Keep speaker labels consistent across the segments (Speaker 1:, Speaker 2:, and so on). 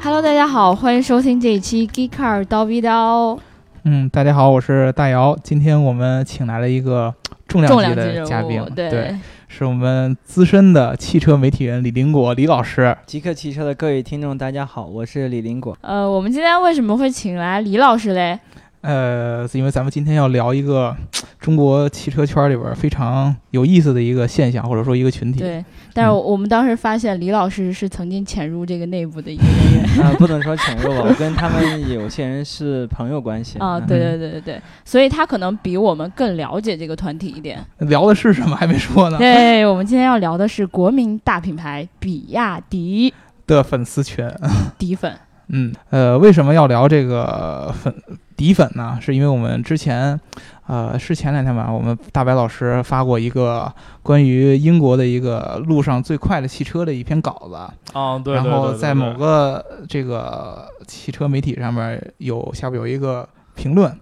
Speaker 1: Hello，大家好，欢迎收听这一期《Geek Car 叨逼叨》。
Speaker 2: 嗯，大家好，我是大姚。今天我们请来了一个重量
Speaker 1: 重
Speaker 2: 级
Speaker 1: 量级
Speaker 2: 的
Speaker 1: 人
Speaker 2: 嘉宾
Speaker 1: 物，，
Speaker 2: 对，是我们资深的汽车媒体人李林果李老师。
Speaker 3: 极客汽车的各位听众，大家好，我是李 林果。
Speaker 1: 呃，我们今天为什么会请来李老师嘞？
Speaker 2: 呃，因为咱们今天要聊一个中国汽车圈里边非常有意思的一个现象，或者说一个群体。
Speaker 1: 对，但是
Speaker 2: 嗯
Speaker 1: 我们当时发现李老师是曾经潜入这个内部的一个 人员
Speaker 3: 啊、不能说潜入吧，我跟他们有些人是朋友关系
Speaker 1: 啊，
Speaker 3: 嗯
Speaker 1: 对对对对对，所以他可能比我们更了解这个团体一点。
Speaker 2: 聊的是什么还没说呢？
Speaker 1: 对，我们今天要聊的是国民大品牌比亚迪
Speaker 2: 的粉丝群，
Speaker 1: 迪粉，
Speaker 2: 嗯，呃，为什么要聊这个粉底粉呢？是因为我们之前，呃，是前两天吧，我们大白老师发过一个关于英国的一个路上最快的汽车的一篇稿子，
Speaker 4: 啊，对，
Speaker 2: 然
Speaker 4: 对
Speaker 2: 后
Speaker 4: 对
Speaker 2: 在
Speaker 4: 对
Speaker 2: 某个这个汽车媒体上面有下边有一个评论。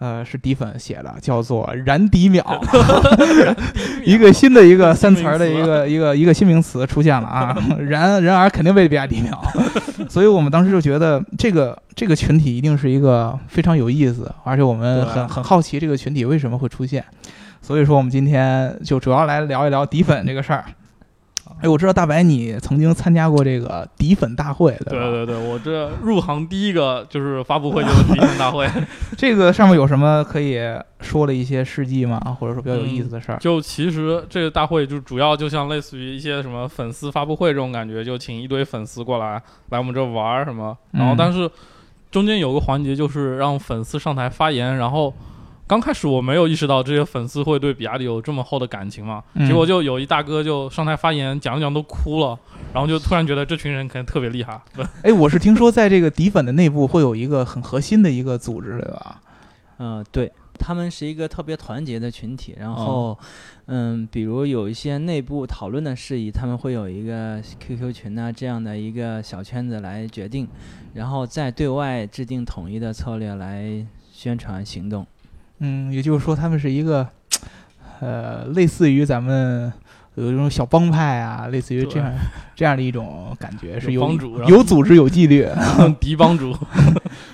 Speaker 2: 呃，是底粉写的，叫做“燃底 秒”， 一个新的一个三词儿的一个一个一个新名词出现了啊！ 然然而肯定被比亚迪秒，所以我们当时就觉得这个这个群体一定是一个非常有意思，而且我们
Speaker 4: 对啊
Speaker 2: 很很好奇这个群体为什么会出现，所以说我们今天就主要来聊一聊底粉这个事儿。哎，我知道大白你曾经参加过这个底粉大会，对吧？
Speaker 4: 对对对，我这入行第一个就是发布会就是迪粉 大会，
Speaker 2: 这个上面有什么可以说的一些事迹吗？或者说比较有意思的事儿？
Speaker 4: 就其实这个大会就主要就像类似于一些什么粉丝发布会这种感觉，就请一堆粉丝过来来我们这玩儿什么，然后
Speaker 2: 嗯
Speaker 4: 但是中间有个环节就是让粉丝上台发言，然后。刚开始我没有意识到这些粉丝会对比亚迪有这么厚的感情嘛，
Speaker 2: 嗯
Speaker 4: 结果就有一大哥就上台发言，讲着讲着都哭了，然后就突然觉得这群人可能特别厉害，
Speaker 2: 哎，我是听说在这个底粉的内部会有一个很核心的一个组织，对吧？
Speaker 3: 嗯，对，他们是一个特别团结的群体。然后，嗯，比如有一些内部讨论的事宜，他们会有一个 QQ 群啊这样的一个小圈子来决定，然后再对外制定统一的策略来宣传行动。
Speaker 2: 嗯，也就是说，他们是一个，呃，类似于咱们有一种小帮派啊，类似于这
Speaker 4: 对
Speaker 2: 样这样的一种感觉，是
Speaker 4: 有
Speaker 2: 有
Speaker 4: 帮主然后
Speaker 2: 有组织、有纪 律。
Speaker 4: 敌帮主。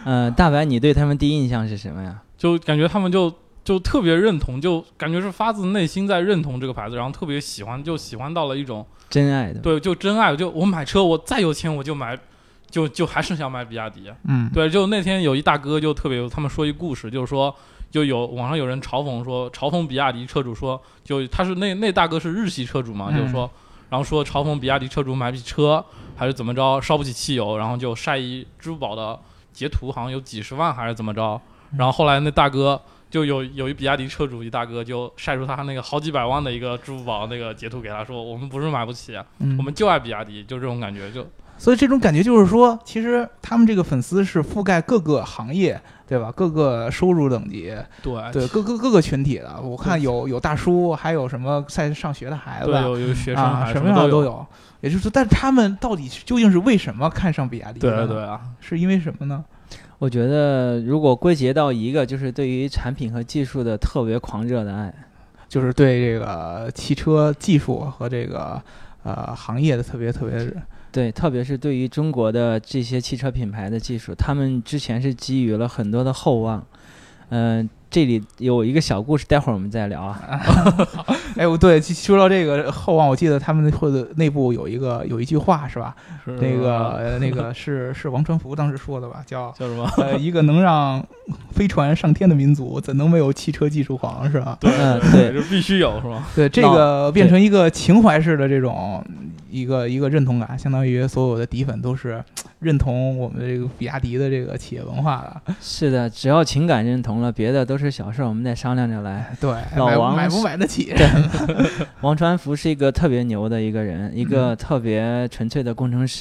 Speaker 3: 呃，大白，你对他们第一印象是什么呀？
Speaker 4: 就感觉他们就就特别认同，就感觉是发自内心在认同这个牌子，然后特别喜欢，就喜欢到了一种
Speaker 3: 真爱的。
Speaker 4: 对，就真爱。就我买车，我再有钱我就买，就就还是想买比亚迪。
Speaker 2: 嗯，
Speaker 4: 对，就那天有一大哥就特别有，他们说一故事，就是说。就有网上有人嘲讽说，嘲讽比亚迪车主说，就他是那那大哥是日系车主嘛，
Speaker 2: 嗯
Speaker 4: 就是说，然后说嘲讽比亚迪车主买不起车还是怎么着，烧不起汽油，然后就晒一支付宝的截图，好像有几十万还是怎么着，
Speaker 2: 嗯
Speaker 4: 然后后来那大哥就有有一比亚迪车主一大哥就晒出他那个好几百万的一个支付宝那个截图给他说，我们不是买不起，
Speaker 2: 嗯
Speaker 4: 我们就爱比亚迪，就这种感觉，就
Speaker 2: 所以这种感觉就是说，其实他们这个粉丝是覆盖各个行业，对吧？各个收入等级，
Speaker 4: 对
Speaker 2: 对各各各个群体的。我看有有大叔，还有什么在上学的孩子
Speaker 4: 对，有有学生
Speaker 2: 啊，
Speaker 4: 还
Speaker 2: 什么
Speaker 4: 么
Speaker 2: 样的
Speaker 4: 有，
Speaker 2: 有。也就是说，但是他们到底究竟是为什么看上比亚迪？
Speaker 4: 对对，对啊，
Speaker 2: 是因为什么呢？
Speaker 3: 我觉得如果归结到一个，就是对于产品和技术的特别狂热的爱。
Speaker 2: 就是对这个汽车技术和这个呃行业的特别特别
Speaker 3: 对，特别是对于中国的这些汽车品牌的技术，他们之前是给予了很多的厚望。嗯、这里有一个小故事，待会儿我们再聊啊。
Speaker 2: 哎，我对说到这个厚望，我记得他们会的内部有一个有一句话是吧？
Speaker 4: 是
Speaker 2: 那个呃那
Speaker 3: 嗯
Speaker 2: 个是是王传福当时说的吧，叫
Speaker 4: 叫什么？
Speaker 2: 呃一个能让飞船上天的民族，怎能没有汽车技术狂是吧？
Speaker 4: 对
Speaker 3: 嗯
Speaker 4: 对，这必须有 是吗？
Speaker 2: 对，这个变成一个情怀式的这种一个一个认同感，相当于所有的底粉都是认同我们这个比亚迪的这个企业文化的。
Speaker 3: 是的，只要情感认同了，别的都是小事，儿，我们再商量着来。
Speaker 2: 对，
Speaker 3: 老
Speaker 2: 买不
Speaker 3: 王
Speaker 2: 买不买得起？
Speaker 3: 王传福是一个特别牛的一个人，
Speaker 4: 嗯
Speaker 3: 一个特别纯粹的工程师。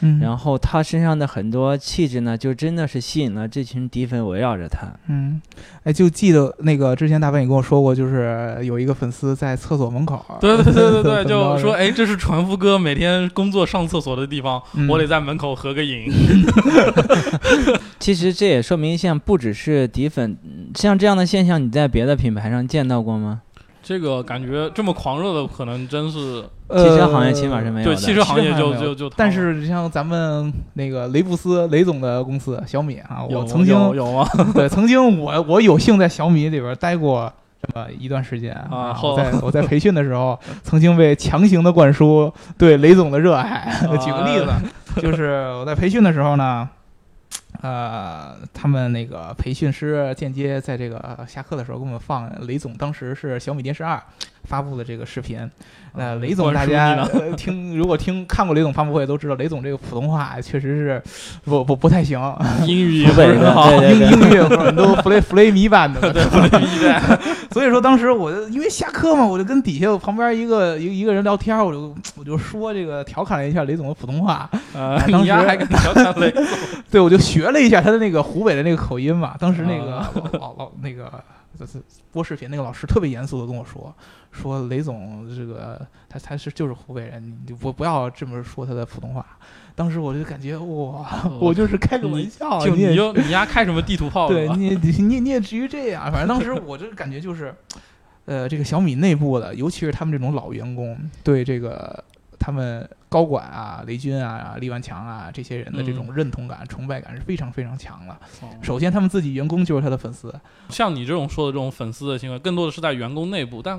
Speaker 2: 嗯
Speaker 3: 然后他身上的很多气质呢，就真的是吸引了这群敌粉围绕着他。
Speaker 2: 嗯，哎，就记得那个之前大白你跟我说过，就是有一个粉丝在厕所门口儿，
Speaker 4: 对对 对
Speaker 2: 怎么
Speaker 4: 对对，就
Speaker 2: 着
Speaker 4: 说哎，这是船夫哥每天工作上厕所的地方，
Speaker 2: 嗯
Speaker 4: 我得在门口合个影。
Speaker 3: 其实这也说明一项，不只是底粉，嗯像这样的现象，你在别的品牌上见到过吗？
Speaker 4: 这个感觉这么狂热的，可能真是
Speaker 2: 呃
Speaker 3: 汽车行业起码是没有
Speaker 4: 对
Speaker 3: 的。
Speaker 4: 汽车行业
Speaker 2: 汽车行
Speaker 4: 就
Speaker 2: 业没有
Speaker 4: 就就。
Speaker 2: 但是像咱们那个雷布斯雷总的公司小米啊，
Speaker 4: 有
Speaker 2: 我曾经
Speaker 4: 有 有吗？
Speaker 2: 对曾经我我有幸在小米里边待过这么一段时间
Speaker 4: 啊后
Speaker 2: 我在我在培训的时 候，曾经被强行的灌输对雷总的热爱。
Speaker 4: 啊
Speaker 2: 举个 例子，就是我在培训的时候呢。呃，他们那个培训师间接在这个下课的时候给我们放雷总当时是小米电视二发布的这个视频。那雷总大家、
Speaker 4: 啊灌
Speaker 2: 呃听，如果听看过雷总发布会都知道，雷总这个普通话确实是不不不太行，
Speaker 4: 英语也
Speaker 3: 湖
Speaker 4: 不
Speaker 3: 北
Speaker 4: 是
Speaker 3: 的
Speaker 4: 很好，，
Speaker 3: 对
Speaker 2: 英
Speaker 3: 对对，
Speaker 2: 英语或者很 多弗雷弗雷米版的。
Speaker 4: 不能一代
Speaker 2: 所以说当时我就因为下课嘛，我就跟底下旁边一个一个一个人聊天，我就我就说这个调侃了一下雷总的普通话，
Speaker 4: 呃，
Speaker 2: 当时
Speaker 4: 你丫还敢调侃雷？
Speaker 2: 对我就学了一下他的那个湖北的那个口音嘛。当时那个
Speaker 4: 啊
Speaker 2: 老老老那个就是播视频那个老师特别严肃的跟我说，说雷总这个他他是就是湖北人，你你不不要这么说他的普通话。当时我就感觉哇， 我就是开个玩笑，
Speaker 4: 就
Speaker 2: 哦你也
Speaker 4: 哦你就你丫开什么地图炮
Speaker 2: 对
Speaker 4: 是吧？
Speaker 2: 你也你也你也至于这样，反正当时我这感觉就是，呃，这个小米内部的，尤其是他们这种老员工，对这个他们高管啊、雷军啊、李万强啊这些人的这种认同感、崇拜感是非常非常强的。首先，他们自己员工就是他的粉丝，
Speaker 4: 像你这种说的这种粉丝的行为，更多的是在员工内部，但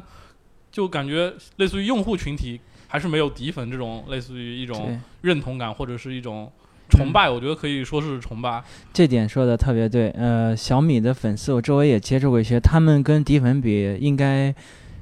Speaker 4: 就感觉类似于用户群体还是没有底粉这种类似于一种
Speaker 3: 对
Speaker 4: 认同感或者是一种崇
Speaker 2: 嗯
Speaker 4: 拜，我觉得可以说是崇拜。
Speaker 3: 这点说的特别对。呃，小米的粉丝，我周围也接触过一些，他们跟迪粉比，应该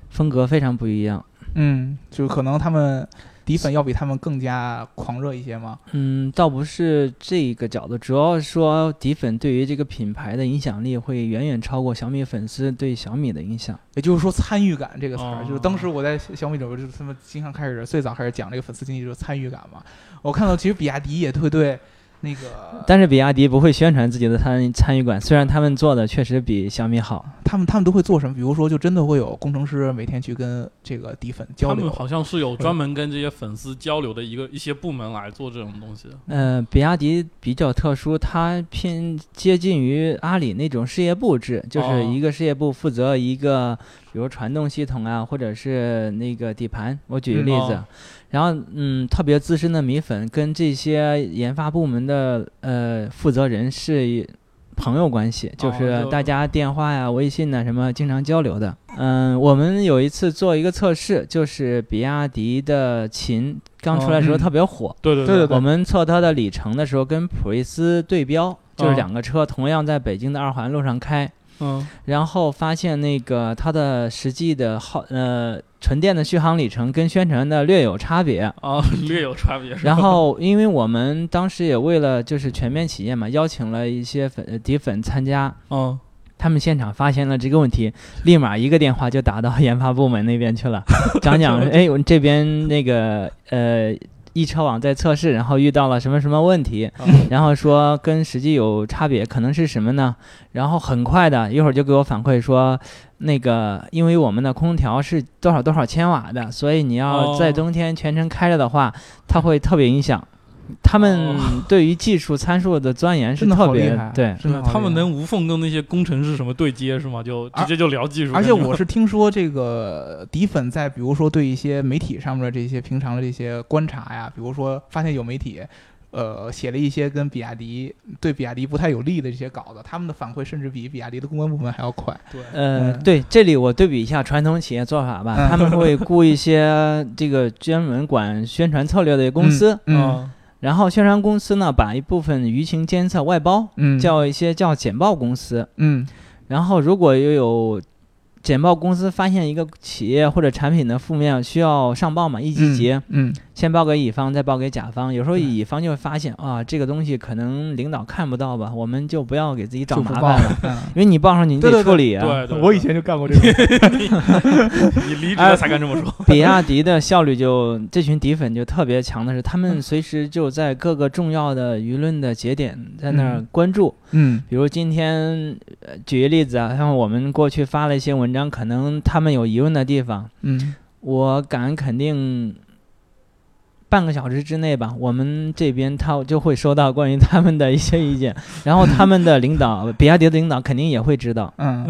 Speaker 3: 风格非常不一样。
Speaker 2: 嗯，就可能他们底粉要比他们更加狂热一些嘛。
Speaker 3: 嗯，倒不是这个角度，主要说迪粉对于这个品牌的影响力会远远超过小米粉丝对小米的影响。
Speaker 2: 也就是说，参与感这个词儿，
Speaker 4: 哦
Speaker 2: 就是当时我在小米里边，就是他们经常开始最早开始讲这个粉丝经济，就是参与感嘛。我看到其实比亚迪也会对那个
Speaker 3: 但是比亚迪不会宣传自己的参参与感，虽然他们做的确实比小米好。
Speaker 2: 他们他们都会做什么，比如说就真的会有工程师每天去跟这个底粉交
Speaker 4: 他
Speaker 2: 流
Speaker 4: 们，好像是有专门跟这些粉丝交流的一个一些部门来做这种东西。
Speaker 3: 呃，比亚迪比较特殊，它偏接近于阿里那种事业部制，就是
Speaker 4: 哦
Speaker 3: 一个事业部负责一个，比如传动系统啊，或者是那个底盘。我举个
Speaker 4: 嗯
Speaker 3: 例
Speaker 4: 哦
Speaker 3: 子，然后嗯，特别资深的米粉跟这些研发部门的呃负责人是朋友关系，就
Speaker 4: 哦
Speaker 3: 是
Speaker 4: 就
Speaker 3: 大家电话呀、微信呐、什么经常交流的。嗯，我们有一次做一个测试，就是比亚迪的秦刚出来的时候
Speaker 2: 哦嗯
Speaker 3: 特别火。
Speaker 4: 对对
Speaker 2: 对嗯对
Speaker 3: 我们测它的里程的时候，跟普锐斯对标，就是
Speaker 4: 嗯
Speaker 3: 两个车同样在北京的二环路上开，
Speaker 4: 嗯，
Speaker 3: 然后发现那个它的实际的耗呃纯电的续航里程跟宣传的略有差别。
Speaker 4: 啊，
Speaker 2: 嗯
Speaker 4: 略有差别。
Speaker 3: 然后，因为我们当时也为了就是全面起业嘛，邀请了一些粉呃底粉参加，
Speaker 4: 嗯，
Speaker 3: 他们现场发现了这个问题，立马一个电话就打到研发部门那 边去了，讲讲，哎，我这边那个呃。易车网在测试，然后遇到了什么什么问题，
Speaker 2: 啊
Speaker 3: 然后说跟实际有差别，可能是什么呢？然后很快的一会儿就给我反馈说，那个因为我们的空调是多少多少千瓦的，所以你要
Speaker 4: 哦
Speaker 3: 在冬天全程开着的话，它会特别影响。他们对于技术参数的钻研是
Speaker 2: 哦真的好
Speaker 3: 特
Speaker 2: 厉
Speaker 3: 别
Speaker 2: 害，啊
Speaker 3: 对，
Speaker 2: 真的好厉害
Speaker 4: 他们能无缝跟那些工程师什么对接是吗？就直
Speaker 2: 而
Speaker 4: 接就聊技术。
Speaker 2: 啊而且
Speaker 4: 感觉
Speaker 2: 我是听说，这个底粉在比如说对一些媒体上面的这些平常的这些观察呀，比如说发现有媒体，呃，写了一些跟比亚迪对比亚迪不太有利的这些稿子，他们的反馈甚至比比亚迪的公关部门还要快。
Speaker 4: 对
Speaker 3: 呃，
Speaker 2: 嗯
Speaker 3: 对，这里我对比一下传统企业做法吧，
Speaker 2: 嗯
Speaker 3: 他们会雇一些这个专门管宣传策略的公司，
Speaker 2: 嗯
Speaker 3: 然后宣传公司呢把一部分舆情监测外包，
Speaker 2: 嗯，
Speaker 3: 叫一些叫简报公司，
Speaker 2: 嗯
Speaker 3: 然后如果又有。简报公司发现一个企业或者产品的负面需要上报嘛，一级
Speaker 2: 嗯
Speaker 3: 级、
Speaker 2: 嗯
Speaker 3: 先报给乙方，再报给甲方。有时候
Speaker 2: 对
Speaker 3: 乙方就会发现啊，这个东西可能领导看不到吧，我们就不要给自己找
Speaker 2: 就不
Speaker 3: 麻
Speaker 2: 报
Speaker 3: 烦了，
Speaker 2: 了。嗯
Speaker 3: 因为你报上去你
Speaker 2: 对
Speaker 3: 得
Speaker 2: 对对
Speaker 3: 处理啊。
Speaker 4: 对 对，
Speaker 2: 我以前就干过这个，
Speaker 4: 你 离职
Speaker 2: 哎
Speaker 4: 了才敢这么说。
Speaker 3: 比亚迪的效率就这群底粉就特别强的是，他们随时就在各个重要的舆论的节点在那儿
Speaker 2: 嗯
Speaker 3: 关注。
Speaker 2: 嗯
Speaker 3: 比如今天、呃举个例子啊，像我们过去发了一些文章，可能他们有疑问的地方，
Speaker 2: 嗯
Speaker 3: 我敢肯定。半个小时之内吧，我们这边他就会收到关于他们的一些意见，然后他们的领导，比亚迪的领导肯定也会知道，
Speaker 2: 嗯，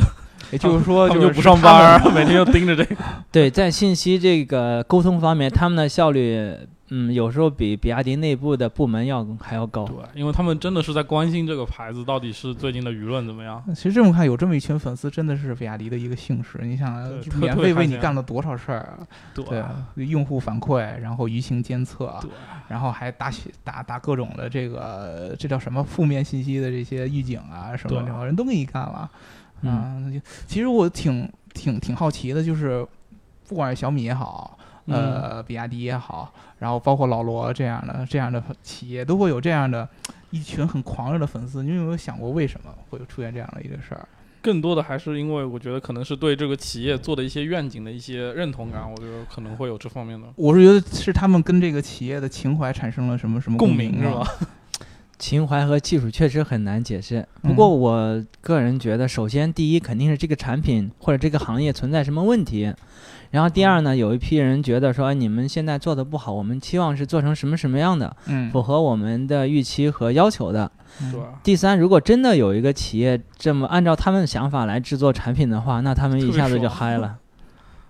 Speaker 2: 也就是说
Speaker 4: 他们
Speaker 2: 是
Speaker 4: 就不上班儿，每天就盯着这个。
Speaker 3: 对，在信息这个沟通方面，他们的效率，嗯，有时候比比亚迪内部的部门要还要高
Speaker 4: 对。，因为他们真的是在关心这个牌子到底是最近的舆论怎么样。
Speaker 2: 其实这么看，有这么一群粉丝，真的是比亚迪的一个幸事。你想
Speaker 4: 对，特
Speaker 2: 免
Speaker 4: 特
Speaker 2: 费
Speaker 4: 别
Speaker 2: 为
Speaker 4: 开
Speaker 2: 你
Speaker 4: 心
Speaker 2: 干了多少事儿啊？
Speaker 4: 对
Speaker 2: 对啊，用户反馈，然后舆情监测，
Speaker 4: 对
Speaker 2: 然后还打写打打各种的这个这叫什么负面信息的这些预警啊什么
Speaker 4: 对嗯
Speaker 2: 的，人都给你干了。
Speaker 3: 嗯
Speaker 2: 啊，那就其实我挺挺挺好奇的，就是不管是小米也好，呃，
Speaker 4: 嗯
Speaker 2: 比亚迪也好，然后包括老罗这样的这样的企业，都会有这样的一群很狂热的粉丝。你有没有想过为什么会出现这样的一个事儿？
Speaker 4: 更多的还是因为我觉得可能是对这个企业做的一些愿景的一些认同感，我觉得可能会有这方面的
Speaker 2: 我是觉得是他们跟这个企业的情怀产生了什么什么
Speaker 4: 共
Speaker 2: 鸣
Speaker 4: 鸣，是吧？？
Speaker 3: 情怀和技术确实很难解释。不过
Speaker 2: 嗯
Speaker 3: 我个人觉得，首先第一肯定是这个产品或者这个行业存在什么问题，然后第二呢，有一批人觉得说哎你们现在做的不好，我们期望是做成什么什么样的，
Speaker 2: 嗯，
Speaker 3: 符合我们的预期和要求的。
Speaker 2: 嗯
Speaker 4: 对，
Speaker 3: 第三，如果真的有一个企业这么按照他们的想法来制作产品的话，那他们一下子就嗨了。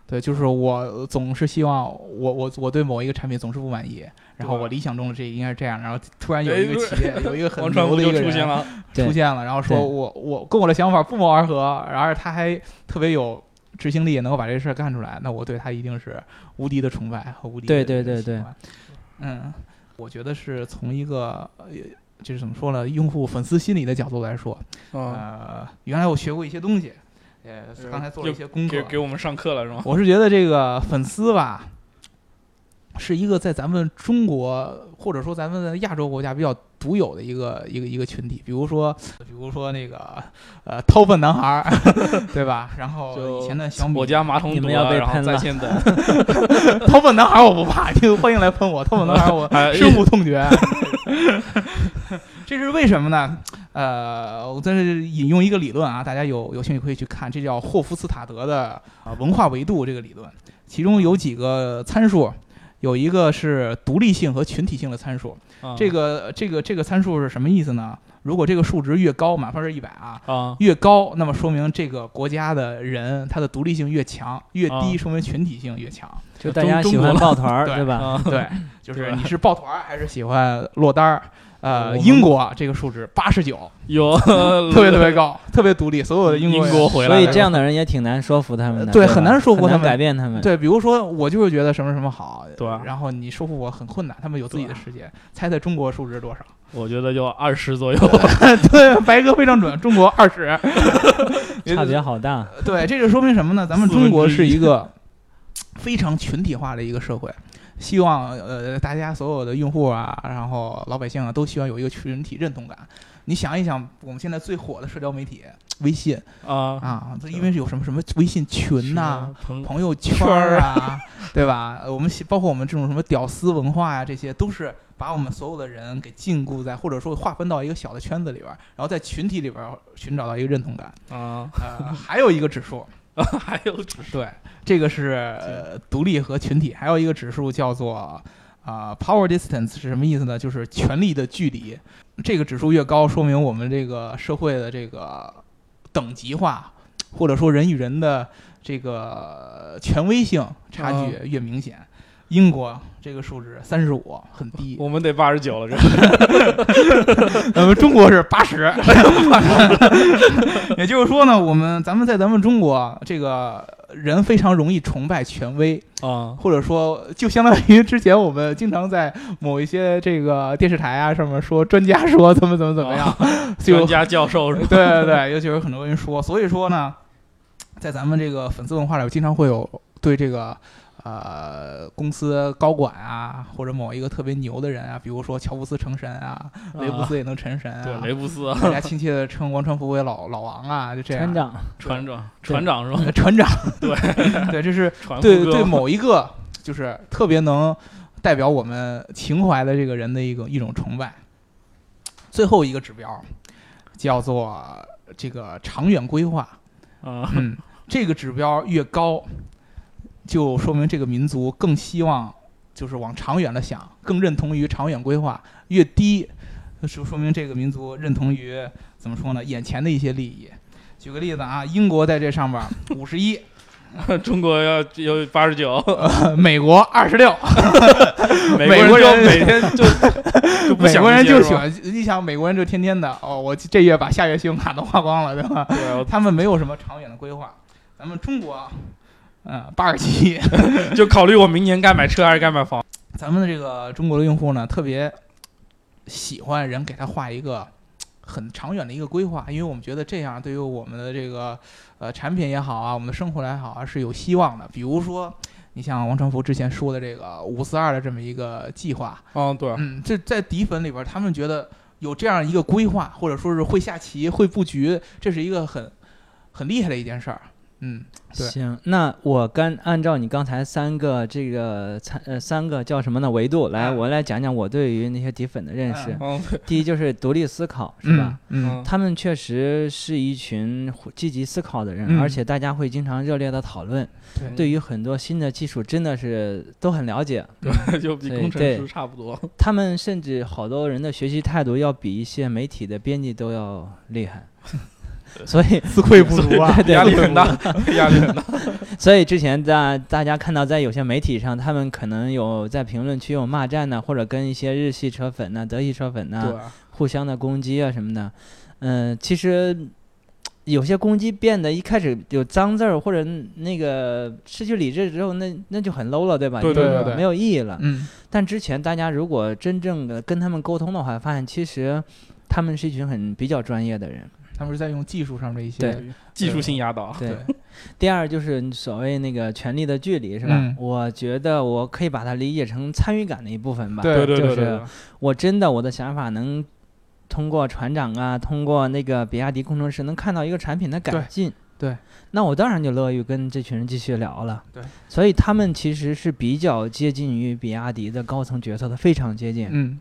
Speaker 2: 对，就是我总是希望我我我对某一个产品总是不满意，然后
Speaker 4: 对
Speaker 2: 我理想中的这应该是这样，然后突然有一个
Speaker 4: 哎
Speaker 2: 企业有一个 很
Speaker 4: 王传
Speaker 2: 牛
Speaker 4: 福
Speaker 2: 的一
Speaker 4: 就
Speaker 2: 个
Speaker 4: 出
Speaker 2: 人
Speaker 4: 现了，
Speaker 3: 对
Speaker 2: 出现了，然后说
Speaker 3: 对
Speaker 2: 我我跟我的想法不谋而合，然而他还特别有执行力，能够把这事儿干出来，那我对他一定是无敌的崇拜和无敌的
Speaker 3: 对对
Speaker 2: 这个
Speaker 3: 对对
Speaker 2: 喜欢，嗯，我觉得是从一个呃，就是怎么说呢，用户粉丝心理的角度来说，
Speaker 4: 嗯，
Speaker 2: 呃，原来我学过一些东西，呃，刚才做了一些功课
Speaker 4: 嗯给，给我们上课了是吗？
Speaker 2: 我是觉得这个粉丝吧，是一个在咱们中国或者说咱们的亚洲国家比较独有的一个一个一个群体。比如 说，比如说那个呃掏粪男孩儿， 对吧？然后
Speaker 4: 就
Speaker 2: 以前的小米
Speaker 4: 我家马桶
Speaker 3: 你
Speaker 4: 堵
Speaker 3: 们要被
Speaker 4: 然后
Speaker 3: 喷
Speaker 4: 在
Speaker 3: 了
Speaker 4: 线等，
Speaker 2: 掏粪男孩儿我不怕，就欢迎来喷我，掏粪男孩儿我
Speaker 4: 哎
Speaker 2: 深恶痛 绝。这是为什么呢？呃，我在这引用一个理论啊，大家有有兴趣可以去看，这叫霍夫斯塔德的呃文化维度这个理论，其中有几个参数，有一个是独立性和群体性的参数。
Speaker 4: 嗯
Speaker 2: 这个这个这个参数是什么意思呢？如果这个数值越高，满分是一百啊，
Speaker 4: 啊，
Speaker 2: 越高，那么说明这个国家的人他的独立性越强；越低，
Speaker 4: 啊
Speaker 2: 说明群体性越强。
Speaker 3: 就大家
Speaker 4: 中
Speaker 3: 喜欢
Speaker 4: 中国
Speaker 3: 抱 团儿，
Speaker 2: 对
Speaker 3: 对吧？
Speaker 4: 啊
Speaker 2: 对，就是
Speaker 4: 对
Speaker 2: 你是抱团儿还是喜欢落单儿？
Speaker 4: 我
Speaker 2: 呃，
Speaker 4: 们
Speaker 2: 英国这个数值八十九，
Speaker 4: 有特
Speaker 2: 特别特别高，特别独立，所有的英国
Speaker 4: 英
Speaker 2: 人
Speaker 4: 国回来
Speaker 3: 所
Speaker 4: 了，
Speaker 3: 以这样的人也挺难说服他们的，
Speaker 2: 对
Speaker 3: 吧
Speaker 2: 很难说服
Speaker 3: 很难
Speaker 2: 他们
Speaker 3: 改变他们。
Speaker 2: 对，比如说我就是觉得什么什么好，
Speaker 4: 对啊
Speaker 2: 然后你说服我很困难，他们有自己的
Speaker 4: 对啊
Speaker 2: 世界。猜猜中国数值多 少？
Speaker 4: 我觉得就二十左右，
Speaker 2: 对，白哥非常准，中国二 十，
Speaker 3: 差别好大。
Speaker 2: 对，这就说明什么呢？咱们
Speaker 4: 四分
Speaker 2: 中国
Speaker 4: 之一
Speaker 2: 是一 个非常群体化的一个社会，希望呃大家所有的用户啊，然后老百姓啊，都希望有一个群体认同感。你想一想，我们现在最火的社交媒体微信
Speaker 4: 啊，
Speaker 2: 啊，这因为是有什么什么微信群呐、
Speaker 4: 朋
Speaker 2: 朋友圈儿啊，对吧？呃我们喜包括我们这种什么屌丝文化呀、这些都是把我们所有的人给禁锢在，或者说划分到一个小的圈子里边儿，然后在群体里边儿寻找到一个认同感。
Speaker 4: 啊，
Speaker 2: 呃，还有一个指数，
Speaker 4: 还有
Speaker 2: 对，这个是、呃独立和群体，还有一个指数叫做啊、呃 power distance 是什么意思呢？就是权力的距离。这个指数越高，说明我们这个社会的这个等级化，或者说人与人的这个权威性差距越明显。英国这个数值三十五，很低。
Speaker 4: 我们得八十九了，这
Speaker 2: 咱们中国是八十， 也就是说呢，我们咱们在咱们中国这个人非常容易崇拜权威，
Speaker 4: 啊，
Speaker 2: 或者说，就相当于之前我们经常在某一些这个电视台啊上面说专家说怎么怎么怎么样，就
Speaker 4: 专家教授是吧？
Speaker 2: 对对对，尤其有很多人说，所以说呢，在咱们这个粉丝文化里，经常会有对这个呃公司高管啊，或者某一个特别牛的人啊，比如说乔布斯成神啊， 雷布斯也能成神啊，
Speaker 4: 对，雷布斯
Speaker 2: 大家亲切的称王传福为老老王啊，就这样。
Speaker 3: 船长，
Speaker 4: 船长，船长是吧？
Speaker 2: 呃， 船长，
Speaker 4: 对
Speaker 2: 对，这是
Speaker 4: 船
Speaker 2: 对
Speaker 4: 夫哥
Speaker 2: 对 某一个就是特别能代表我们情怀的这个人的一个一种崇拜。最后一个指标叫做这个长远规划，
Speaker 4: 啊，
Speaker 2: 嗯，这个指标越高，就说明这个民族更希望就是往长远的想，更认同于长远规划；越低，就说明这个民族认同于怎么说呢，眼前的一些利益。举个例子啊，英国在这上边五十一，
Speaker 4: 中国要有八十九，
Speaker 2: 呃美国二十六，
Speaker 4: 美
Speaker 2: 国
Speaker 4: 国
Speaker 2: 人
Speaker 4: 人就每天 就就不
Speaker 2: 美
Speaker 4: 想
Speaker 2: 国
Speaker 4: 这
Speaker 2: 人
Speaker 4: 些
Speaker 2: 就是喜
Speaker 4: 吧
Speaker 2: 欢，你想美国人就天天的哦，我这月把下月信用卡都花光了，对吧？
Speaker 4: 对我
Speaker 2: 他们没有什么长远的规划。咱们中国，嗯，八十七，
Speaker 4: 就考虑我明年该买车还是该买房。
Speaker 2: 咱们的这个中国的用户呢，特别喜欢人给他画一个很长远的一个规划，因为我们觉得这样对于我们的这个呃产品也好啊，我们的生活也好啊是有希望的。比如说，你像王传福之前说的这个五四二的这么一个计划，
Speaker 4: 嗯，对，
Speaker 2: 嗯，这在底粉里边，他们觉得有这样一个规划，或者说是会下棋、会布局，这是一个很很厉害的一件事儿。嗯，对
Speaker 3: 行，那我刚按照你刚才三个这个参呃三个叫什么呢维度来，
Speaker 2: 啊
Speaker 3: 我来讲讲我对于那些底粉的认识。
Speaker 4: 嗯，
Speaker 3: 第一就是独立思考，是
Speaker 2: 嗯
Speaker 3: 吧？？
Speaker 2: 嗯，
Speaker 3: 他们确实是一群积极思考的人，
Speaker 2: 嗯
Speaker 3: 而且大家会经常热烈的讨论，对于很多新的技术真的是都很了解。
Speaker 4: 嗯对，就比
Speaker 3: 对
Speaker 4: 工程
Speaker 3: 对
Speaker 4: 师差不多。
Speaker 3: 他们甚至好多人的学习态度要比一些媒体的编辑都要厉害，所以
Speaker 2: 自愧不如啊
Speaker 3: 对
Speaker 4: 压力很大，压力很大。
Speaker 3: 所以之前大大家看到，在有些媒体上，他们可能有在评论区有骂战呐，或者跟一些日系车粉呐、德系车粉
Speaker 2: 啊
Speaker 3: 呐
Speaker 4: 啊
Speaker 2: 对，
Speaker 3: 互相的攻击啊什么的。嗯，其实有些攻击变得一开始有脏字儿或者那个失去理智之后，那那就很 low 了，对吧？
Speaker 4: 对
Speaker 3: 就
Speaker 2: 对对对
Speaker 3: 没有意义了。
Speaker 2: 嗯，
Speaker 3: 但之前大家如果真正的跟他们沟通的话，发现其实他们是一群很比较专业的人。
Speaker 2: 他们是在用技术上的一些
Speaker 3: 对
Speaker 4: 技术性压倒，
Speaker 3: 对，第二就是所谓那个权力的距离，是吧？
Speaker 2: 嗯
Speaker 3: 我觉得我可以把它理解成参与感的一部分吧。
Speaker 2: 对啊
Speaker 4: 对
Speaker 3: 就
Speaker 4: 对
Speaker 3: 是
Speaker 4: 对，
Speaker 3: 我真的我的想法能通过船长啊，通过那个比亚迪工程师能看到一个产品的改进。
Speaker 2: 对对
Speaker 3: 那我当然就乐于跟这群人继续聊了。
Speaker 2: 对，
Speaker 3: 所以他们其实是比较接近于比亚迪的高层决策的，非常接近。
Speaker 2: 嗯，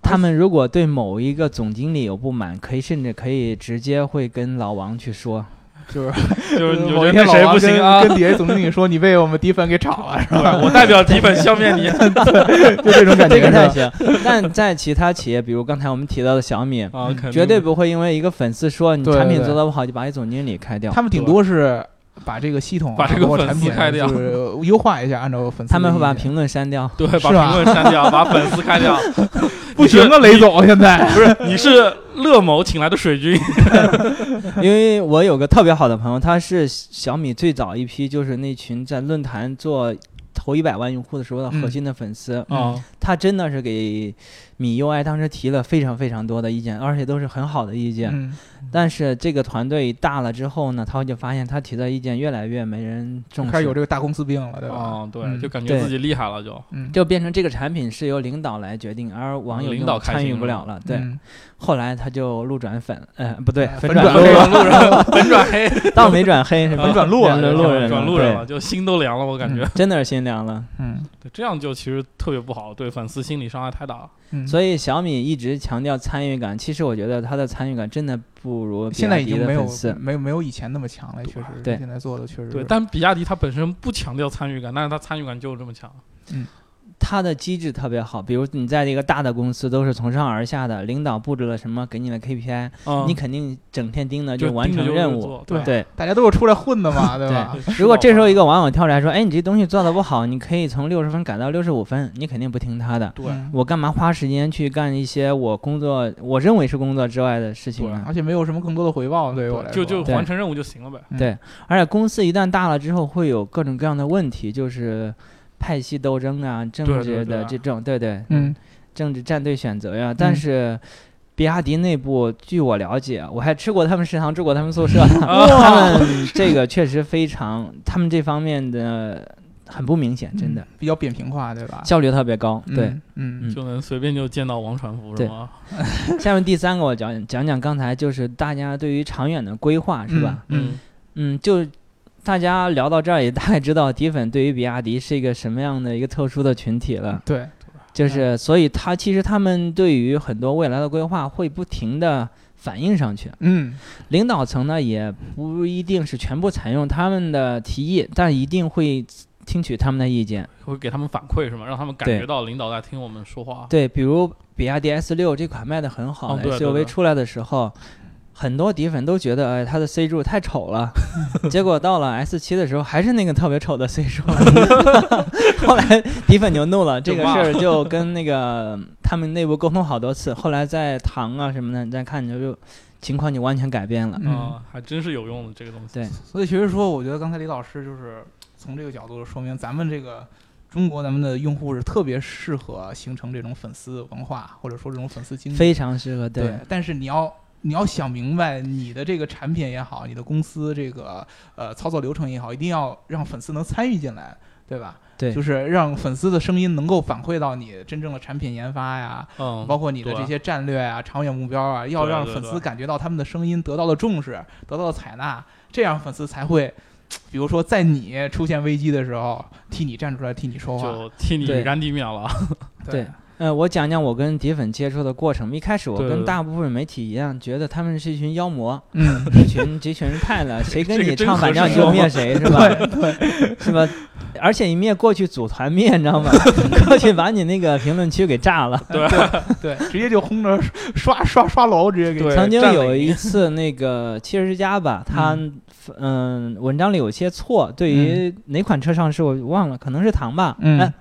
Speaker 3: 他们如果对某一个总经理有不满，可以甚至可以直接会跟老王去说。
Speaker 2: 就是
Speaker 4: 就是你就
Speaker 2: 嗯某
Speaker 4: 觉
Speaker 2: 一
Speaker 4: 得那
Speaker 2: 天老
Speaker 4: 谁
Speaker 2: 王
Speaker 4: 不
Speaker 2: 跟
Speaker 4: 行啊？
Speaker 2: 跟底下总经理说你被我们迪粉给炒了，是吧？
Speaker 4: 对我代 表底粉消灭你。
Speaker 2: 就这种感觉
Speaker 3: 这个
Speaker 2: 是
Speaker 3: 太
Speaker 2: 吧？
Speaker 3: 行。但在其他企业，比如刚才我们提到的小米，
Speaker 4: 啊，肯定
Speaker 3: 绝对不会因为一个粉丝说你
Speaker 2: 嗯对对
Speaker 3: 产品
Speaker 2: 对
Speaker 3: 做的不好就把你总经理开掉，
Speaker 2: 他们顶多是把这个系统啊、
Speaker 4: 把这个
Speaker 2: 包括
Speaker 4: 粉丝
Speaker 2: 产品啊
Speaker 4: 开掉
Speaker 2: 就是优化一下，按照粉丝
Speaker 3: 他们会
Speaker 2: 的
Speaker 3: 把
Speaker 2: 意见
Speaker 3: 评论删 掉。
Speaker 4: 对，
Speaker 2: 是
Speaker 4: 把
Speaker 2: 吧
Speaker 4: 评论删掉，把粉丝开掉。
Speaker 2: 不行啊，雷总现 在
Speaker 4: 不是，你是乐某请来的水军，
Speaker 3: 因为我有个特别好的朋友，他是小米最早一批，就是那群在论坛做头一百万用户的时候
Speaker 2: 嗯
Speaker 3: 的核心的粉丝。
Speaker 2: 哦
Speaker 4: 啊，
Speaker 3: 他真的是给米 UI 当时提了非常非常多的意见，而且都是很好的意见。
Speaker 2: 嗯，
Speaker 3: 但是这个团队大了之后呢，他就发现他提的意见越来越没人重视，
Speaker 2: 开始有这个大公司病了，对吧？
Speaker 4: 啊，对，
Speaker 2: 嗯
Speaker 4: 就感觉自己厉害了，就
Speaker 2: 嗯，
Speaker 3: 就变成这个产品是由领导来决定，而网友
Speaker 4: 领导开心
Speaker 3: 参与不了了。对，
Speaker 2: 嗯
Speaker 3: 后来他就路转粉，呃，不对，
Speaker 2: 呃
Speaker 3: 粉
Speaker 2: 粉转
Speaker 3: 路
Speaker 2: 路
Speaker 3: 了，
Speaker 4: 路人粉转黑，
Speaker 3: 倒没转黑，是吧？
Speaker 2: 粉转路啊了
Speaker 3: 转路人了，
Speaker 4: 转路人
Speaker 3: 对嗯
Speaker 4: 了，就心都凉了，我感觉。
Speaker 3: 真的是心凉了。
Speaker 2: 嗯
Speaker 4: 对，这样就其实特别不好，对粉丝心理伤害太大了。
Speaker 2: 嗯，
Speaker 3: 所以小米一直强调参与感，其实我觉得它的参与感真的不如比
Speaker 2: 现
Speaker 3: 亚
Speaker 2: 在已
Speaker 3: 迪
Speaker 2: 经
Speaker 3: 的
Speaker 2: 没有
Speaker 3: 粉丝。
Speaker 2: 没有没有以前那么强了，确实。
Speaker 3: 对
Speaker 2: 现在做的确实
Speaker 4: 对，但比亚迪它本身不强调参与感，但是它参与感就是这么强。
Speaker 3: 它的机制特别好，比如你在一个大的公司，都是从上而下的，领导布置了什么给你的 KPI，、
Speaker 4: 嗯
Speaker 3: 你肯定整天盯着
Speaker 4: 就
Speaker 3: 完
Speaker 4: 盯着
Speaker 3: 成
Speaker 4: 就
Speaker 3: 任
Speaker 4: 是
Speaker 3: 务。
Speaker 4: 做对
Speaker 3: 对，
Speaker 2: 大家都是出来混的 嘛，对吧？
Speaker 4: 对
Speaker 3: 如果这时候一个网友跳出来说：“哎，你这东西做的不好，你可以从六十分改到六十五分。”你肯定不听他的。
Speaker 4: 对
Speaker 2: 嗯
Speaker 3: 我干嘛花时间去干一些我工作我认为是工作之外的事情
Speaker 4: 对
Speaker 3: 呢？
Speaker 2: 而且没有什么更多的回报，对于我来
Speaker 4: 就
Speaker 2: 说，
Speaker 4: 就
Speaker 3: 对
Speaker 4: 完成任务就行了呗。
Speaker 2: 嗯
Speaker 3: 对，而且公司一旦大了之后，会有各种各样的问题，就是派系斗争啊、政
Speaker 4: 对
Speaker 3: 治的
Speaker 4: 对
Speaker 3: 这种，对对，
Speaker 2: 嗯
Speaker 3: 政治站队选择呀、但是。比亚迪内部，据我了解，我还吃过他们食堂，住过他们 宿舍。
Speaker 2: 哦
Speaker 3: 他们这个确实非常，他们这方面的很不明显，真的、
Speaker 2: 比较扁平化，对吧？
Speaker 3: 效率特别高。对，
Speaker 2: 嗯嗯，嗯，
Speaker 4: 就能随便就见到王传福是
Speaker 3: 对
Speaker 4: 吗？
Speaker 3: 下面第三个我讲讲讲刚才就是大家对于长远的规划是吧？
Speaker 2: 嗯？
Speaker 3: 嗯，就大家聊到这儿也大概知道底粉对于比亚迪是一个什么样的一个特殊的群体
Speaker 2: 嗯
Speaker 3: 了，，
Speaker 2: 对，
Speaker 3: 就是所以他其实他们对于很多未来的规划会不停的反映上去，
Speaker 2: 嗯
Speaker 3: 领导层呢也不一定是全部采用他们的提议，但一定会。听取他们的意见，
Speaker 4: 会给他们反馈是吗？让他们感
Speaker 3: 对
Speaker 4: 觉到领导在听我们说话。
Speaker 3: 对，比如比亚迪 S 六这款卖的很好哎
Speaker 4: 哦
Speaker 3: 的
Speaker 4: 对对
Speaker 3: SUV
Speaker 4: 对
Speaker 3: 出来的时候，很多底粉都觉得，哎，它的 C 柱太丑 了，结果到了 S 七的时候，还是那个特别丑的 C 柱。后来底粉就怒了，这个事儿就跟那个他们内部沟通好多次。后来在糖啊什么的，你再看你就就情况就完全改变了。
Speaker 2: 嗯
Speaker 4: 啊，还真是有用的这个东西。
Speaker 3: 对
Speaker 2: 所以其实说，我觉得刚才李老师就是从这个角度说明，咱们这个中国咱们的用户是特别适合形成这种粉丝文化，或者说这种粉丝
Speaker 4: 嗯
Speaker 2: 经济。
Speaker 3: 非常适合对
Speaker 2: 对，但是你要你要想明白，你的这个产品也好，你的公司这个呃操作流程也好，一定要让粉丝能参与进来，对吧？
Speaker 3: 对
Speaker 2: 就是让粉丝的声音能够反馈到你真正的产品研发呀，
Speaker 4: 嗯，
Speaker 2: 包括你的这些战略啊、长远目标啊，要
Speaker 4: 对
Speaker 2: 让
Speaker 4: 对
Speaker 2: 粉丝
Speaker 4: 对
Speaker 2: 感觉到他们的声音得到了重视，得到了采纳，这样粉丝才会，比如说在你出现危机的时候，替你站出来，替你说话。
Speaker 4: 就替你
Speaker 3: 对
Speaker 4: 燃地秒了。
Speaker 3: 对呃，我讲讲我跟底粉接触的过程。一开始我
Speaker 4: 对对
Speaker 3: 跟
Speaker 4: 对
Speaker 3: 大部分媒体一样，觉得他们是一群妖 魔，
Speaker 2: 嗯，
Speaker 3: 一群集权派了，谁跟
Speaker 4: 这
Speaker 3: 你
Speaker 4: 个真哦
Speaker 3: 唱反
Speaker 4: 合
Speaker 3: 调
Speaker 4: 适
Speaker 3: 你就
Speaker 4: 说
Speaker 3: 灭
Speaker 4: 吗
Speaker 3: 谁是吧？ 是吧？而且一灭过去组团灭，你知道吗？过去把你那个评论区给炸了。
Speaker 2: 对， 直接就轰着刷刷刷楼，直接给
Speaker 4: 对
Speaker 3: 曾经
Speaker 4: 占了
Speaker 3: 有
Speaker 4: 一
Speaker 3: 一次那个汽车之家吧，他嗯文章里有些错，对
Speaker 4: 嗯
Speaker 3: 于哪款车上市我忘了，可能是唐吧，
Speaker 2: 嗯
Speaker 3: 哎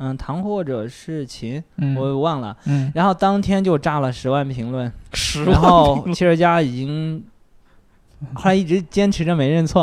Speaker 3: 嗯唐或者是秦，
Speaker 2: 嗯
Speaker 3: 我忘了。
Speaker 2: 嗯
Speaker 3: 然后当天就炸了十万评论，
Speaker 4: 十
Speaker 3: 然后
Speaker 4: 万
Speaker 3: 汽车之家 已经。后来一直坚持着没认错，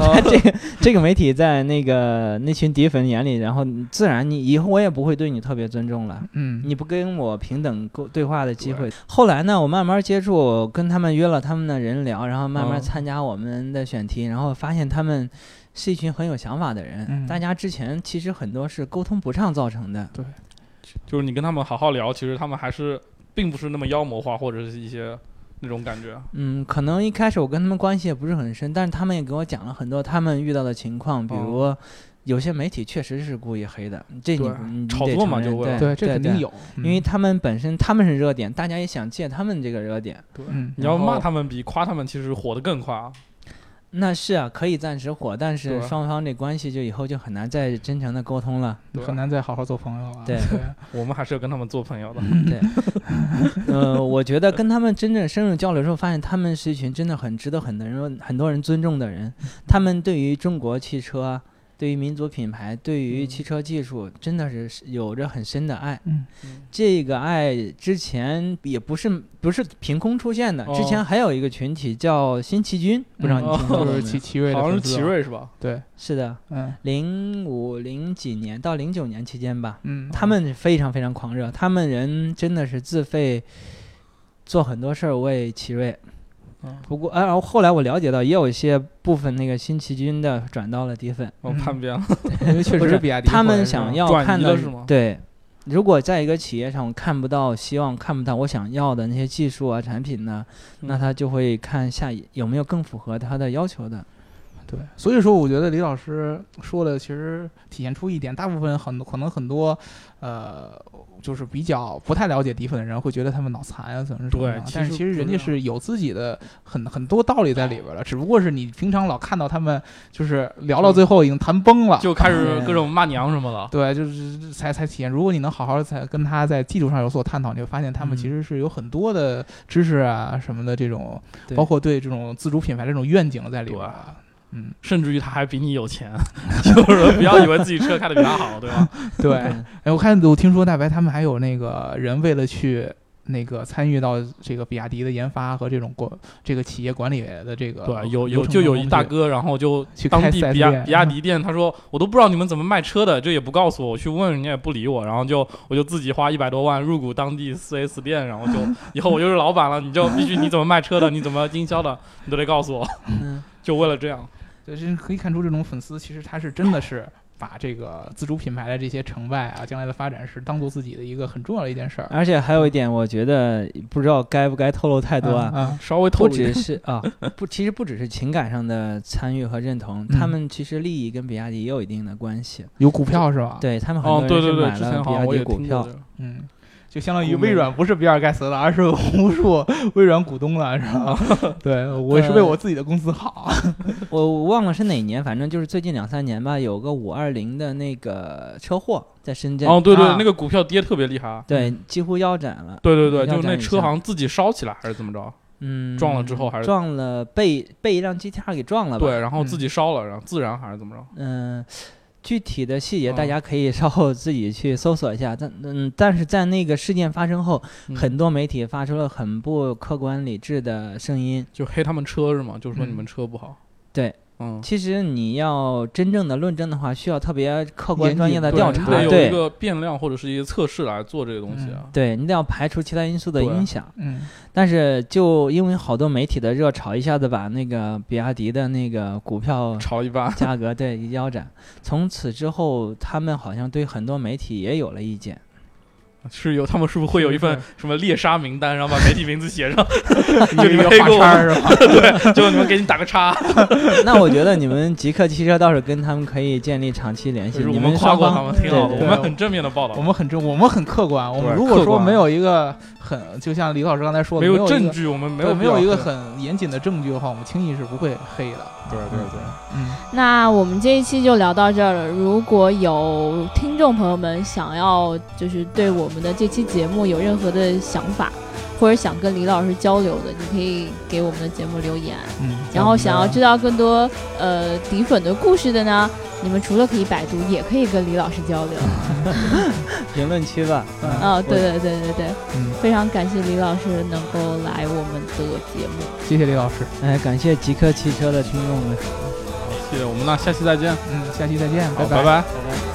Speaker 2: 哦
Speaker 3: 这个这个媒体在那个那群敌粉眼里，然后自然你以后我也不会对你特别尊重了。
Speaker 2: 嗯
Speaker 3: 你不跟我平等沟对话的机
Speaker 2: 对
Speaker 3: 会。后来呢，我慢慢接触，跟他们约了他们的人聊，然后慢
Speaker 2: 哦
Speaker 3: 慢
Speaker 4: 嗯
Speaker 3: 参加我们的选题，然后发现他们是一群很有想法的人。
Speaker 2: 嗯
Speaker 3: 大家之前其实很多是沟通不畅造成的。
Speaker 4: 就是你跟他们好好聊，其实他们还是并不是那么妖魔化，或者是一些那种感觉。
Speaker 3: 嗯，可能一开始我跟他们关系也不是很深，但是他们也给我讲了很多他们遇到的情况，比如。有些媒体确实是故意黑的，这你
Speaker 4: 哦对
Speaker 3: 你你
Speaker 4: 炒
Speaker 3: 得
Speaker 4: 作嘛
Speaker 3: 承认
Speaker 4: 就为了嗯
Speaker 2: 对，
Speaker 3: 对，
Speaker 2: 这肯定
Speaker 3: 对，
Speaker 2: 有，
Speaker 3: 因为他们本身他们是热点，大家也想借他们这个热点，
Speaker 4: 对
Speaker 2: 嗯
Speaker 4: 你要
Speaker 3: 然后
Speaker 4: 骂他们比夸他们其实火得更快啊。
Speaker 3: 那是啊，可以暂时火，但是
Speaker 4: 对啊
Speaker 3: 双方这关系就以后就很难再真诚的沟通了。
Speaker 4: 对
Speaker 2: 很难再好好做朋友了。
Speaker 3: 对
Speaker 4: 我们还是要跟他们做朋友的。
Speaker 3: 对， 呃，我觉得跟他们真正深入交流之后，发现他们是一群真的很值得很多人很多人尊重的人。他们对于中国汽车、对于民族品牌、对于
Speaker 4: 嗯
Speaker 3: 汽车技术，真的是有着很深的爱。
Speaker 2: 嗯
Speaker 4: 嗯
Speaker 3: 这个爱之前也不是不是凭空出现的，之
Speaker 4: 哦
Speaker 3: 前还有一个群体叫新奇军，不知道你听说过
Speaker 2: 嗯哦就
Speaker 3: 没有？
Speaker 2: 是奇奇瑞的
Speaker 4: 好像是
Speaker 2: 粉丝啊
Speaker 4: 奇，瑞是吧？
Speaker 2: 对，
Speaker 3: 是的，
Speaker 2: 嗯
Speaker 3: 零五零几年到零九年期间吧，
Speaker 2: 嗯，
Speaker 3: 他们非常非常狂热，他们人真的是自费做很多事儿为奇瑞
Speaker 4: 嗯。
Speaker 3: 不过，哎、然后后来我了解到，也有一些部分那个新奇军的转到了底粉，
Speaker 4: 我
Speaker 2: 嗯
Speaker 4: 叛变了。
Speaker 2: 因为 确
Speaker 3: 不
Speaker 2: 实
Speaker 3: 是
Speaker 2: 是比亚迪
Speaker 3: 他
Speaker 2: 回来
Speaker 3: 们
Speaker 2: 是吧
Speaker 3: 想要
Speaker 4: 转移
Speaker 3: 看
Speaker 4: 了
Speaker 3: 到
Speaker 4: 是吗
Speaker 3: 对。如果在一个企业上我看不到希望，看不到我想要的那些技术啊、产品呢，
Speaker 2: 嗯
Speaker 3: 那他就会看下一有没有更符合他的要求的。
Speaker 2: 对，所以说我觉得李老师说的其实体现出一点，大部分很多可能很多，呃，就是比较不太了解底粉的人会觉得他们脑残啊，怎么是怎么
Speaker 4: 对
Speaker 2: 样
Speaker 4: 其
Speaker 2: 但是
Speaker 4: 实
Speaker 2: 其实
Speaker 4: 不
Speaker 2: 人家
Speaker 4: 是
Speaker 2: 是有自己的很很多道理在里边儿的，只不过是你平常老看到他们就是聊到
Speaker 4: 就
Speaker 2: 最后已经谈崩了，
Speaker 4: 就开始
Speaker 3: 对
Speaker 4: 各种骂娘什么的。
Speaker 2: 对，就是才才体现。如果你能好好在跟他在技术上有所探讨，你会发现他们
Speaker 3: 嗯
Speaker 2: 其实是有很多的知识啊什么的这种，
Speaker 3: 对
Speaker 2: 包括对这种自主品牌这种愿景在里边儿啊。嗯，
Speaker 4: 甚至于他还比你有钱， 就是说不要以为自己车开的比他好，对吧？
Speaker 2: 对，哎，我看我听说大白他们还有那个人为了去那个参与到这个比亚迪的研发和这种管这个企业管理的这个
Speaker 4: 对，啊有
Speaker 2: 流
Speaker 4: 有
Speaker 2: 程
Speaker 4: 就有
Speaker 2: 当
Speaker 4: 一
Speaker 2: 中
Speaker 4: 大
Speaker 2: 去，
Speaker 4: 哥，然后就
Speaker 2: 去
Speaker 4: 当
Speaker 2: 开
Speaker 4: 地
Speaker 2: 4S
Speaker 4: 比亚
Speaker 2: 店
Speaker 4: 比亚迪店，他说我都不知道你们怎么卖车的，这也不告诉我，我去问人家也不理我，然后就我就自己花一百多万入股当地四 S 店，然后就以后我就是老板了，你就必须你怎么卖车的，你怎么经销的，你都得告诉我，
Speaker 3: 嗯，
Speaker 4: 就为了这样，
Speaker 2: 对，这可以看出这种粉丝其实他是真的是。把这个自主品牌的这些成败啊，将来的发展是当做自己的一个很重要的一件事儿。
Speaker 3: 而且还有一点，我觉得不知道该不该透露太多啊。
Speaker 2: 嗯嗯
Speaker 4: 稍微透
Speaker 3: 不
Speaker 4: 露一点
Speaker 3: 只是 啊，不，其实不只是情感上的参与和认同，他们其实利益跟比亚迪也有一定的关系。啊
Speaker 2: 有股票是吧？，
Speaker 3: 对他们
Speaker 4: 哦，
Speaker 3: 很多
Speaker 4: 对
Speaker 3: 人是
Speaker 4: 对对，
Speaker 3: 买
Speaker 4: 之
Speaker 3: 了
Speaker 4: 前
Speaker 3: 比
Speaker 4: 好像
Speaker 3: 亚
Speaker 4: 我
Speaker 3: 迪
Speaker 4: 也
Speaker 3: 股
Speaker 4: 听
Speaker 3: 票
Speaker 4: 过这，个，
Speaker 2: 嗯，就相当于
Speaker 4: 股
Speaker 2: 微
Speaker 4: 民
Speaker 2: 软不是比尔盖茨了，而是无数 微软股东了，是 吧？对，我是为我自己的公司好。
Speaker 3: 我我忘了是哪年，反正就是最近两三年吧，有个五二零的那个车祸在深圳，
Speaker 4: 哦，对对
Speaker 2: 啊，
Speaker 4: 那个股票跌特别厉害，
Speaker 3: 对，几乎腰斩了。
Speaker 4: 对对对，
Speaker 3: 腰
Speaker 4: 就是
Speaker 3: 斩
Speaker 4: 那
Speaker 3: 以
Speaker 4: 车
Speaker 3: 上
Speaker 4: 好像自己烧起来还是怎么着？
Speaker 3: 嗯，
Speaker 4: 撞了之后还是
Speaker 3: 撞了，被被一辆 GTR 给撞了吧？
Speaker 4: 对，然后自己烧了，然后自燃还是怎么着？
Speaker 3: 嗯、具体的细节
Speaker 4: 嗯
Speaker 3: 大家可以 稍后自己去搜索一下。但嗯，但是在那个事件发生后，
Speaker 4: 嗯
Speaker 3: 很多媒体发出了很不客观理智的声音。
Speaker 4: 就黑他们车是吗？就是说
Speaker 2: 嗯
Speaker 4: 你们车不好。
Speaker 3: 对，
Speaker 4: 嗯，
Speaker 3: 其实你要真正的论证的话，需要特别客观
Speaker 2: 严
Speaker 3: 专业
Speaker 2: 谨
Speaker 3: 的
Speaker 2: 对
Speaker 3: 调查，
Speaker 2: 对
Speaker 4: 得有
Speaker 3: 对
Speaker 4: 一个变量或者是一个测试来做这个东西啊。
Speaker 3: 对，你得要排除其他因素的
Speaker 4: 对
Speaker 3: 影响。
Speaker 2: 嗯
Speaker 3: 但是就因为好多媒体的热炒，一下子把那个比亚迪的那个股票
Speaker 4: 炒一半，
Speaker 3: 价格对一腰斩。从此之后，他们好像对很多媒体也有了意见。
Speaker 4: 是有他们是不是会有一份什么猎杀名单，然后把媒体名字写上，就你
Speaker 2: 一
Speaker 4: 们
Speaker 2: 个
Speaker 4: 黑
Speaker 2: 画
Speaker 4: 过
Speaker 2: 叉
Speaker 4: 我，
Speaker 2: 儿是吧？
Speaker 4: 对，就你们给你打个叉，
Speaker 3: 那我觉得你们极客汽车倒是跟他们可以建立长期联系。
Speaker 4: 就是
Speaker 3: 你
Speaker 4: 我们
Speaker 3: 双
Speaker 4: 夸过
Speaker 3: 方
Speaker 4: 他们，挺好的，
Speaker 3: 对对
Speaker 4: 我们很正面的报道
Speaker 2: 我，们很正，我们很客观。我们
Speaker 4: 对
Speaker 2: 如果
Speaker 4: 客
Speaker 2: 说
Speaker 4: 观
Speaker 2: 没有一个很，就像李老师刚才说的，没
Speaker 4: 有
Speaker 2: 一
Speaker 4: 证
Speaker 2: 个，
Speaker 4: 据，我们没
Speaker 2: 对，
Speaker 4: 有
Speaker 2: 没有
Speaker 4: 必
Speaker 2: 一
Speaker 4: 要
Speaker 2: 个
Speaker 4: 黑
Speaker 2: 很严谨的证据的话，我们轻易是不会黑的。
Speaker 4: 对对对，
Speaker 2: 嗯，
Speaker 1: 那我们这一期就聊到这儿了。如果有听众朋友们想要就是对我们的这期节目有任何的想法，或者想跟李老师交流的，你可以给我们的节目留言。
Speaker 2: 嗯，
Speaker 1: 然后想要知
Speaker 2: 道，
Speaker 1: 道更多呃底粉的故事的呢， 你们除了可以百度，也可以跟李老师交流。
Speaker 3: 评论区吧。
Speaker 2: 嗯
Speaker 1: 啊、对对对对对，
Speaker 2: 嗯
Speaker 1: 非常感谢李老师能够来我们的节目。
Speaker 2: 谢谢李老师，
Speaker 3: 哎，感谢极客汽车的听众们。
Speaker 4: 谢谢我们，那下期再见，
Speaker 2: 嗯，下期再见，
Speaker 4: 好，
Speaker 2: 拜
Speaker 4: 拜。
Speaker 3: 拜拜